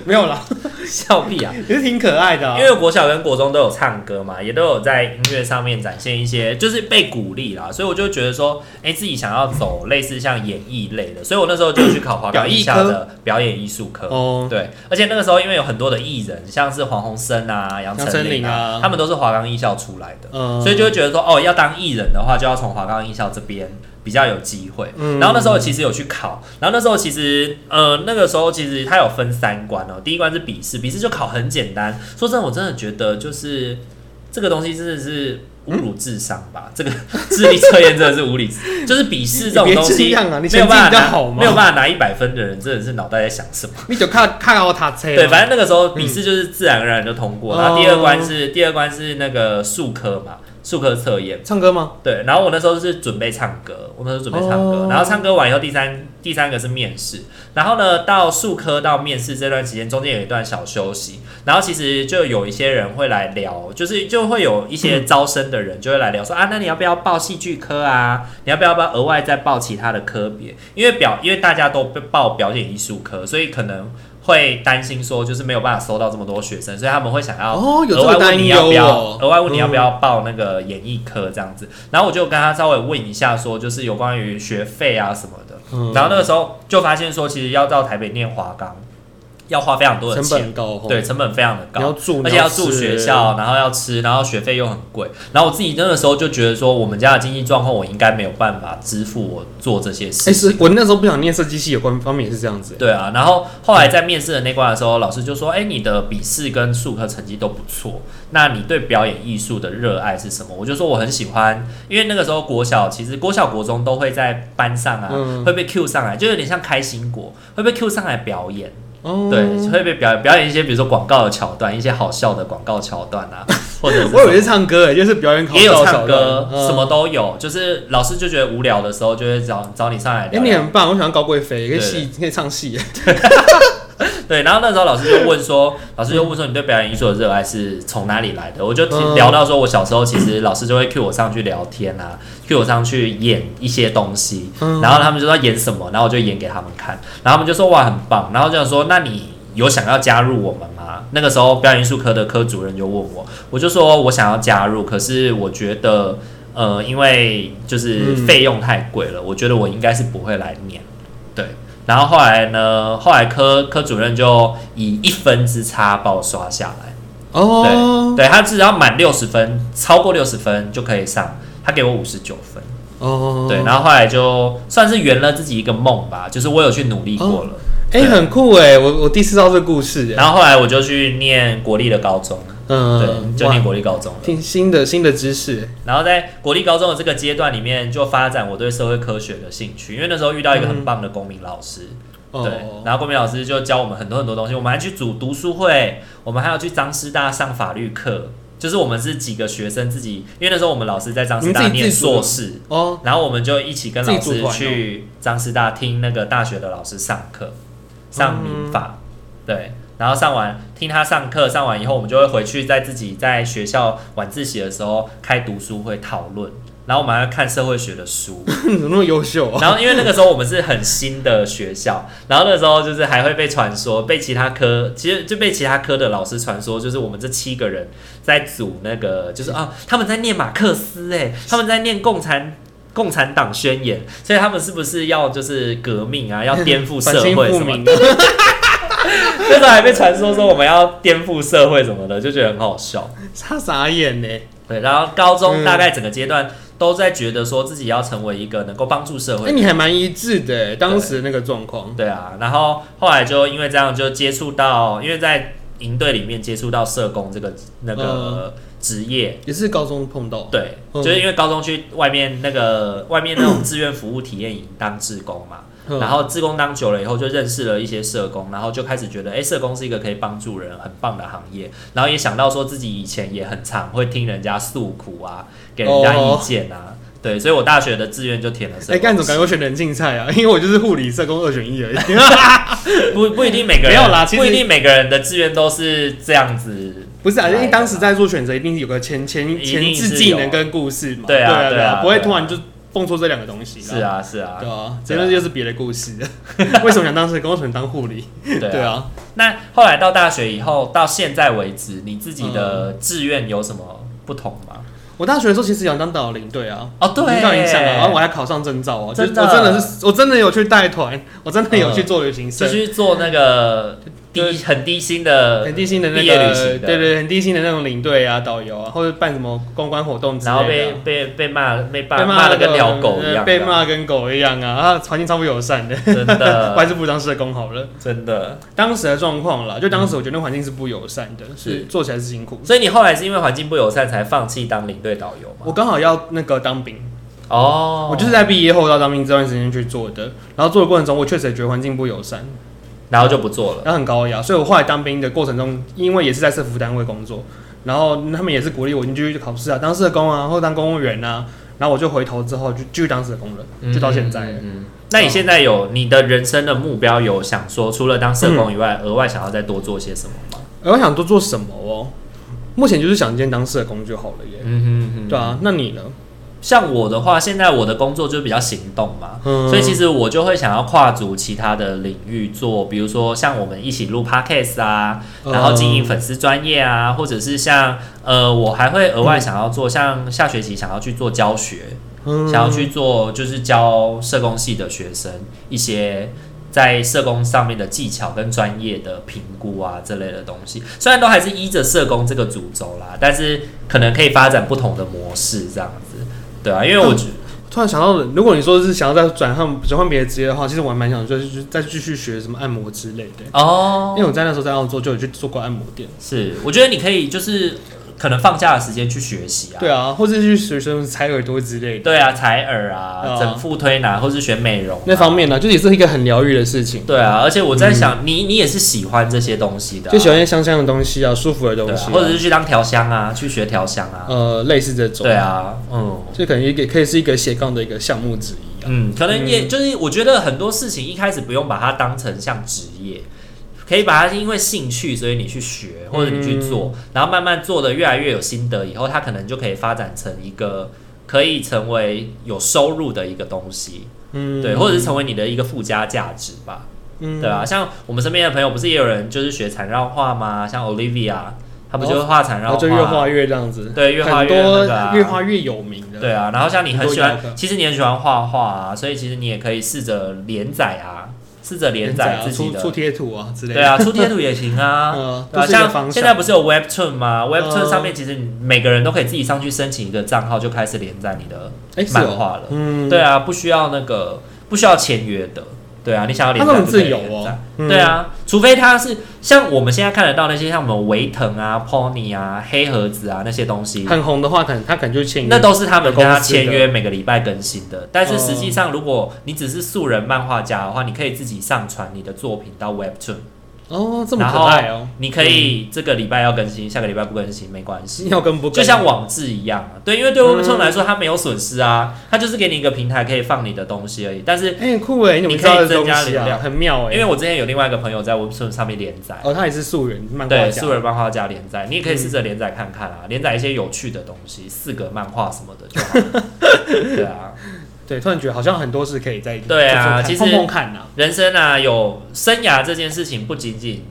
B: 没有啦，
A: 笑屁呀、
B: 也是挺可爱的、啊
A: 因。为国小跟国中都有唱歌嘛，也都有在音乐上面展现一些，就是被鼓励啦，所以我就觉得说，哎、自己想要走类似像演艺类的，所以我那时候就去考华冈艺校的表演艺术科。
B: 哦，
A: 对，而且那个时候因为有很多的艺人，像是黄鸿升啊、杨
B: 杨丞
A: 丞琳
B: 琳啊
A: 他们都是华冈艺校出来的，
B: 嗯
A: 所以就会觉得说，哦，要当艺人的话，就要从华冈艺校这边比较有机会。
B: 嗯
A: 然后那时候其实有去考，然后那时候其实呃那个时候其实它有分三关哦，第一关是笔试，笔试就考很简单。说真的，我真的觉得就是这个东西真的是。侮辱智商吧， 这个智力测验真的是无理，就是笔试这种东
B: 你别
A: 西，
B: 这样啊你
A: 没有办
B: 成绩
A: 法
B: 比较好
A: 拿，
B: 吗
A: 没有办法拿一百分的人，真的是脑袋在想什么。
B: 你就看看我他车。
A: 对，反正那个时候笔试就是自然而然就通过，
B: 啊嗯
A: 然后第二关是、第二关是那个数科嘛，数科测验。
B: 唱歌吗？
A: 对，然后我那时候是准备唱歌，我那时候准备唱歌，
B: 哦
A: 然后唱歌完以后，第三第三个是面试，然后呢，到数科到面试这段期间，中间有一段小休息，然后其实就有一些人会来聊，就是就会有一些招生的人就会来聊说、啊，那你要不要报戏剧科啊？你要不要不要额外再报其他的科别？因为表因为大家都被报表演艺术科，所以可能。会担心说，就是没有办法收到这么多学生，所以他们会想要
B: 哦有这
A: 额
B: 个
A: 外问你要呃不
B: 担忧
A: 要
B: 哦，
A: 额外问你要不要报那个演艺科这样子。然后我就跟他稍微问一下，说就是有关于学费啊什么的。
B: 嗯
A: 然后那个时候就发现说，其实要到台北念华冈，要花非常多的钱，
B: 成本高，哦
A: 对，，成本非常的
B: 你要
A: 高。
B: 住，
A: 而且
B: 你
A: 要住
B: 吃
A: 学，校，啊然后要吃，然后学费又很贵。然后我自己那个时候就觉得说，我们家的经济状况，我应该没有办法支付我做这些
B: 哎，
A: 事情。
B: 是我那时候不想念设计系，有关方面也是这样子。
A: 对啊，然后后来在面试的那关的时候，老师就说：“哎、你的笔试跟术科成绩都不错，那你对表演艺术的热爱是什么？”我就说我很喜欢，因为那个时候国小其实国小国中都会在班上啊、
B: 嗯
A: 会被 Q 上来，就有点像开心果会被 Q 上来表演。
B: 哦
A: 对，会被表演表演一些比如说广告的桥段，一些好笑的广告桥段 啊，或者是
B: 我以为是唱歌，哎，就是表演考
A: 也有
B: 照
A: 唱
B: 小
A: 歌
B: 段，嗯
A: 什么都有。就是老师就觉得无聊的时候，就会找找你上来
B: 哎，
A: 聊聊
B: 你很棒，我想要高贵妃，可以
A: 对
B: 戏，可以唱戏。
A: 对，然后那时候老师就问说，老师就问说你对表演艺术的热爱是从哪里来的？我就提
B: 嗯
A: 聊到说，我小时候其实老师就会 cue 我上去聊天啊，cue 我上去演一些东西，
B: 嗯
A: 然后他们就说演什么，然后我就演给他们看，然后他们就说哇很棒，然后就说那你有想要加入我们吗？那个时候表演艺术科的科主任就问我，我就说我想要加入，可是我觉得呃，因为就是
B: 嗯
A: 费用太贵了，我觉得我应该是不会来念，对。然后后来呢？后来科科主任就以一分之差把我刷下来。
B: 哦，
A: 对他只要满六十分，超过六十分就可以上。他给我五十九分。
B: 哦，
A: 对，然后后来就算是圆了自己一个梦吧，就是我有去努力过了。
B: 哎、很酷哎，我我第一次知道这个故事哎，
A: 然后后来我就去念国立的高中，
B: 嗯，
A: 对，就念
B: 哇，
A: 国立高中了。
B: 听新的新的知识，
A: 然后在国立高中的这个阶段里面，就发展我对社会科学的兴趣，因为那时候遇到一个
B: 嗯
A: 很棒的公民老师，对，
B: 哦，
A: 然后公民老师就教我们很多很多东西，我们还去组读书会，我们还要去张师大上法律课，就是我们是几个学生自己，因为那时候我们老师在张师
B: 你
A: 大
B: 们自己
A: 念
B: 自己组的
A: 硕士，
B: 哦，
A: 然后我们就一起跟老
B: 自己
A: 师
B: 组团哦
A: 去张师大听那个大学的老师上课，上民法，对，然后上完听他上课，上完以后我们就会回去，在自己在学校晚自习的时候开读书会讨论，然后我们还要看社会学的书，
B: 你怎么那么优秀啊？
A: 然后因为那个时候我们是很新的学校，然后那时候就是还会被传说被其他科，其实就被其他科的老师传说，就是我们这七个人在组那个，就是啊他们在念马克思、欸，他们在念共产。共产党宣言，所以他们是不是要就是革命啊，要颠覆社
B: 反清
A: 会
B: 复
A: 什么
B: 明啊
A: 的？那时候还被传说说我们要颠覆社会什么的，就觉得很好笑。
B: 他傻眼呢，
A: 对，然后高中
B: 嗯
A: 大概整个阶段都在觉得说自己要成为一个能够帮助社会
B: 哎、你还蛮一致的欸，当时那个状况，
A: 对啊，然后后来就因为这样就接触到，因为在营队里面接触到社工这个那个职业，
B: 也是高中碰到，
A: 对，
B: 嗯
A: 就是因为高中去外面那个外面那种志愿服务体验营当志工嘛，
B: 嗯
A: 然后志工当久了以后就认识了一些社工，然后就开始觉得，哎，社工是一个可以帮助人很棒的行业，然后也想到说自己以前也很常会听人家诉苦啊，给人家意
B: 哦
A: 见啊，对，所以我大学的志愿就填了社工
B: 哎、
A: 系。
B: 干怎么感觉我选人竞赛啊？因为我就是护理社工二选一而已。
A: 不不一定每个人
B: 没有啦其实
A: 不一定每个人的志愿都是这样子。
B: 不是啊，
A: 来
B: 因
A: 的
B: 为当时在做选择，一定有个前前
A: 一定
B: 前
A: 是有
B: 置技能跟故事嘛。
A: 对啊
B: 对
A: 对啊
B: 不会
A: 对啊
B: 突然就蹦出这两个东西。
A: 是，啊是啊
B: 对，啊，这个又是别的 故事。为什么想当社工？为什么想当护理？
A: 对
B: 对
A: 啊。
B: 啊，
A: 那后来到大学以后，到现在为止，你自己的
B: 嗯
A: 志愿有什么不同吗？
B: 我大学的时候其实想当导领队啊。
A: 哦，对，
B: 领导影响啊，然后我还考上证照哦，就是
A: 真的
B: 我真的是我真的有去带团，我真的有去
A: 嗯
B: 做旅行社
A: 就，去做那个
B: 就
A: 低
B: 是
A: 很低薪的
B: 很低薪的那
A: 毕业旅
B: 个，
A: 行的
B: 对对，很低薪的那种领队啊、导游啊，或者办什么公关活动之类
A: 然
B: 的啊，
A: 后被被被骂被骂
B: 被
A: 骂
B: 骂
A: 的
B: 得呃
A: 跟条狗一样，
B: 被骂得跟狗一样啊！啊，环境超不友善的，
A: 真
B: 我还
A: 的
B: 是不当社工好了。
A: 真的。
B: 当时的状况啦，就当时我觉得那环境是不友善的，
A: 嗯是
B: 是做起来是辛苦。
A: 所以你后来是因为环境不友善才放弃当领队导游吗？
B: 我刚好要那个当兵，
A: 哦，
B: 我就是在毕业后到当兵这段时间去做的。然后做的过程中，我确实也觉得环境不友善，
A: 然后就不做了。
B: 然后很高压，所以我后来当兵的过程中，因为也是在社服单位工作，然后他们也是鼓励我你继续去考试啊，当社工啊，或当公务员啊。然后我就回头之后就继续当社工了，就到现在了。
A: 嗯嗯嗯那你现在有你的人生的目标有想说，除了当社工以外，额、外想要再多做些什么吗？
B: 而哎我想多做什么哦？目前就是想先当社工就好了耶。
A: 嗯哼
B: 对啊，那你呢？
A: 像我的话，现在我的工作就比较行动嘛，
B: 嗯
A: 所以其实我就会想要跨足其他的领域做，比如说像我们一起录 podcast 啊，
B: 嗯
A: 然后经营粉丝专业啊，或者是像呃，我还会额外想要做，像下学期想要去做教学，
B: 嗯
A: 想要去做就是教社工系的学生一些在社工上面的技巧跟专业的评估啊这类的东西，虽然都还是依着社工这个主轴啦，但是可能可以发展不同的模式这样子，对啊，因为我觉
B: 突然想到了，如果你说是想要再转换转换别的职业的话，其实我还蛮想就是去再继续学什么按摩之类的，因
A: 哦，
B: 为我在那时候在澳洲就有去做过按摩店。
A: 是，我觉得你可以就是可能放假的时间去学习啊，
B: 对啊，或者是去学什么采耳朵之类的
A: 对啊，采耳啊，
B: 哦
A: 整腹推拿或是学美容啊、
B: 那方面呢，就也是一个很疗愈的事情，
A: 对啊，而且我在想，你你也是喜欢这些东西的啊、
B: 就喜欢一些香香的东西啊，舒服的
A: 对
B: 东
A: 啊
B: 西啊、
A: 或者是去当调香啊，去学调香啊，
B: 呃类似这种，
A: 对，啊，嗯
B: 这可能也可以是一个斜杠的一个项目之一啊。
A: 嗯，可能也就是我觉得很多事情一开始不用把它当成像职业，可以把它因为兴趣，所以你去学或者你去做，然后慢慢做的越来越有心得，以后它可能就可以发展成一个可以成为有收入的一个东西，
B: 嗯，
A: 对，或者是成为你的一个附加价值吧，
B: 嗯
A: 对啊，像我们身边的朋友不是也有人就是学缠绕画吗？像 Olivia，她不就是画缠
B: 然
A: 绕画，
B: 后哦就越画越这样子，
A: 对越画越
B: 很多
A: 那个啊
B: 越画越有名的，
A: 对啊，然后像你很喜欢
B: 很多，yoga
A: 其实你很喜欢画画啊，所以其实你也可以试着连载啊，试着连载
B: 啊
A: 自己
B: 出
A: 的，
B: 出贴图啊之类的，
A: 对啊，出贴图也行 啊。
B: 嗯，
A: 对啊，
B: 都是一个方
A: 像
B: 向
A: 现在不是有 Webtoon 吗？Webtoon
B: 嗯
A: 上面其实你每个人都可以自己上去申请一个账号，就开始连载你的
B: 哎是
A: 漫
B: 哦，
A: 画了。
B: 嗯，
A: 对啊，不需要那个，不需要签约的。对啊，你想要连
B: 它
A: 载就
B: 这种
A: 可
B: 自
A: 以
B: 由
A: 连载
B: 哦。，嗯
A: 对，啊，除非它是像我们现在看得到那些像我们维腾啊、Pony 啊、黑盒子啊那些东西，
B: 很红的话，可能他可能就签约
A: 那都是他们跟他
B: 公司的
A: 签约，每个礼拜更新的。但是实际上，如果你只是素人漫画家的话，你可以自己上传你的作品到 Webtoon，
B: 哦，这么可爱哦，
A: 你可以这个礼拜要更新，下个礼拜不更新没关 系。
B: 要跟不嗯
A: 就
B: 跟
A: 像网志一样啊，对，因为对 Webtoon 来说，它没有损失啊，它就是给你一个平台可以放你的东西而已。但是
B: 哎、很酷哎，你怎么
A: 你
B: 知道
A: 可以
B: 这东
A: 增加
B: 西
A: 流
B: 啊？
A: 量
B: 很妙哎，
A: 因为我之前有另外一个朋友在 Webtoon 上面连载，
B: 哦，他也是素人漫画
A: 对，
B: 家嗯
A: 素，人漫画家连载，你也可以试着连载看看啊，连载一些有趣的东西，四格漫画什么的就好 了。对啊，
B: 对，突然觉得好像很多事可以在
A: 对啊
B: 做做看
A: 其实
B: 碰碰看呐、啊，
A: 人生啊，有生涯这件事情不仅仅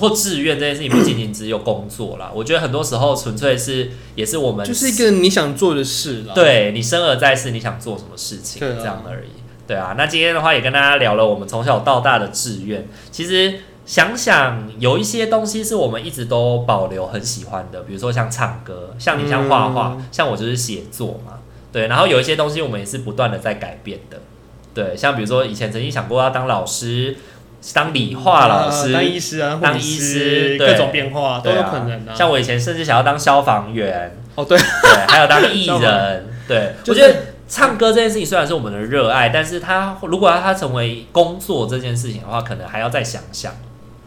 A: 或志愿这件事情不仅仅只有工作啦，我觉得很多时候纯粹是也是我们
B: 就是一个你想做的事啦。，
A: 对你生而在世，你想做什么事情
B: 对啊
A: 这样而已。对啊，那今天的话也跟大家聊了我们从小到大的志愿。其实想想有一些东西是我们一直都保留很喜欢的，比如说像唱歌，像你像画画，
B: 嗯
A: 像我就是写作嘛。对，然后有一些东西我们也是不断的在改变的。对，像比如说以前曾经想过要当老师，当理化老师，
B: 当医师啊，
A: 当
B: 护理
A: 医师
B: 师，
A: 对
B: 各种变化都
A: 对
B: 有
A: 啊
B: 可能啊。
A: 像我以前甚至想要当消防员，
B: 哦，对，
A: 对，还有当艺
B: 消
A: 人，对，
B: 就是
A: 我觉得唱歌这件事情虽然是我们的热爱，但是它如果要它成为工作这件事情的话，可能还要再想想，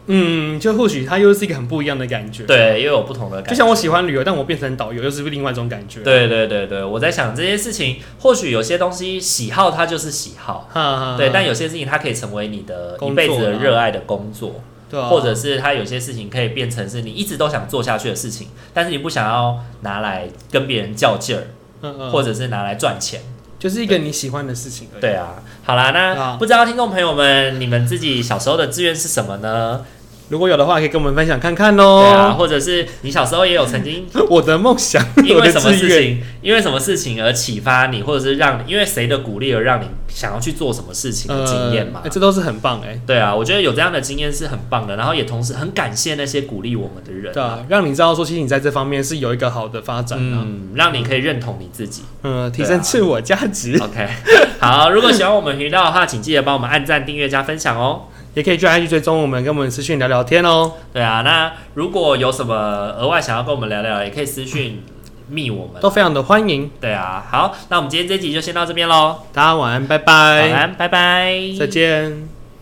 B: 嗯，就或许它又是一个很不一样的感觉。，
A: 对，又有不同的感
B: 就
A: 觉。
B: 像我喜欢旅游，但我变成导游又是另外一种感觉。，
A: 对对对对，我在想这些事情，或许有些东西喜好它就是喜好，
B: 哈哈
A: 对，但有些事情它可以成为你的一
B: 嗯工作
A: 辈子的
B: 啦
A: 热爱的工作，
B: 对啊，
A: 或者是它有些事情可以变成是你一直都想做下去的事情，但是你不想要拿来跟别人较劲儿，
B: 嗯嗯，
A: 或者是拿来赚钱。
B: 就是一个你喜欢的事情而已。
A: 对啊，好啦，那
B: 啊
A: 不知道听众朋友们，你们自己小时候的志愿是什么呢？
B: 如果有的话，可以跟我们分享看看
A: 对啊，
B: 哦。
A: 或者是你小时候也有曾经
B: 我的梦想，
A: 因
B: 我
A: 为
B: 的
A: 什么
B: 志
A: 事
B: 愿，
A: 情，因为什么事情而启发你，或者是让你因为谁的鼓励而让你想要去做什么事情的经验嘛
B: 呃哎？这都是很棒哎。
A: 对啊，我觉得有这样的经验是很棒的，然后也同时很感谢那些鼓励我们的人
B: 对啊，让你知道说，其实你在这方面是有一个好的发展啊，
A: 嗯，让你可以认同你自 己。
B: 嗯，提
A: 对啊
B: 升自我价值，
A: OK，好，如果喜欢我们频道的话，请记得帮我们按赞、订阅、加分享哦。
B: 也可以去 IG 追踪我们，跟我们私讯聊聊天哦，
A: 对啊，那如果有什么额外想要跟我们聊聊，也可以私讯密我们
B: 都。非常的欢迎。
A: 对啊，好，那我们今天这集就先到这边喽。
B: 大家晚安，拜
A: 晚
B: 拜，
A: 安，拜拜，
B: 再见。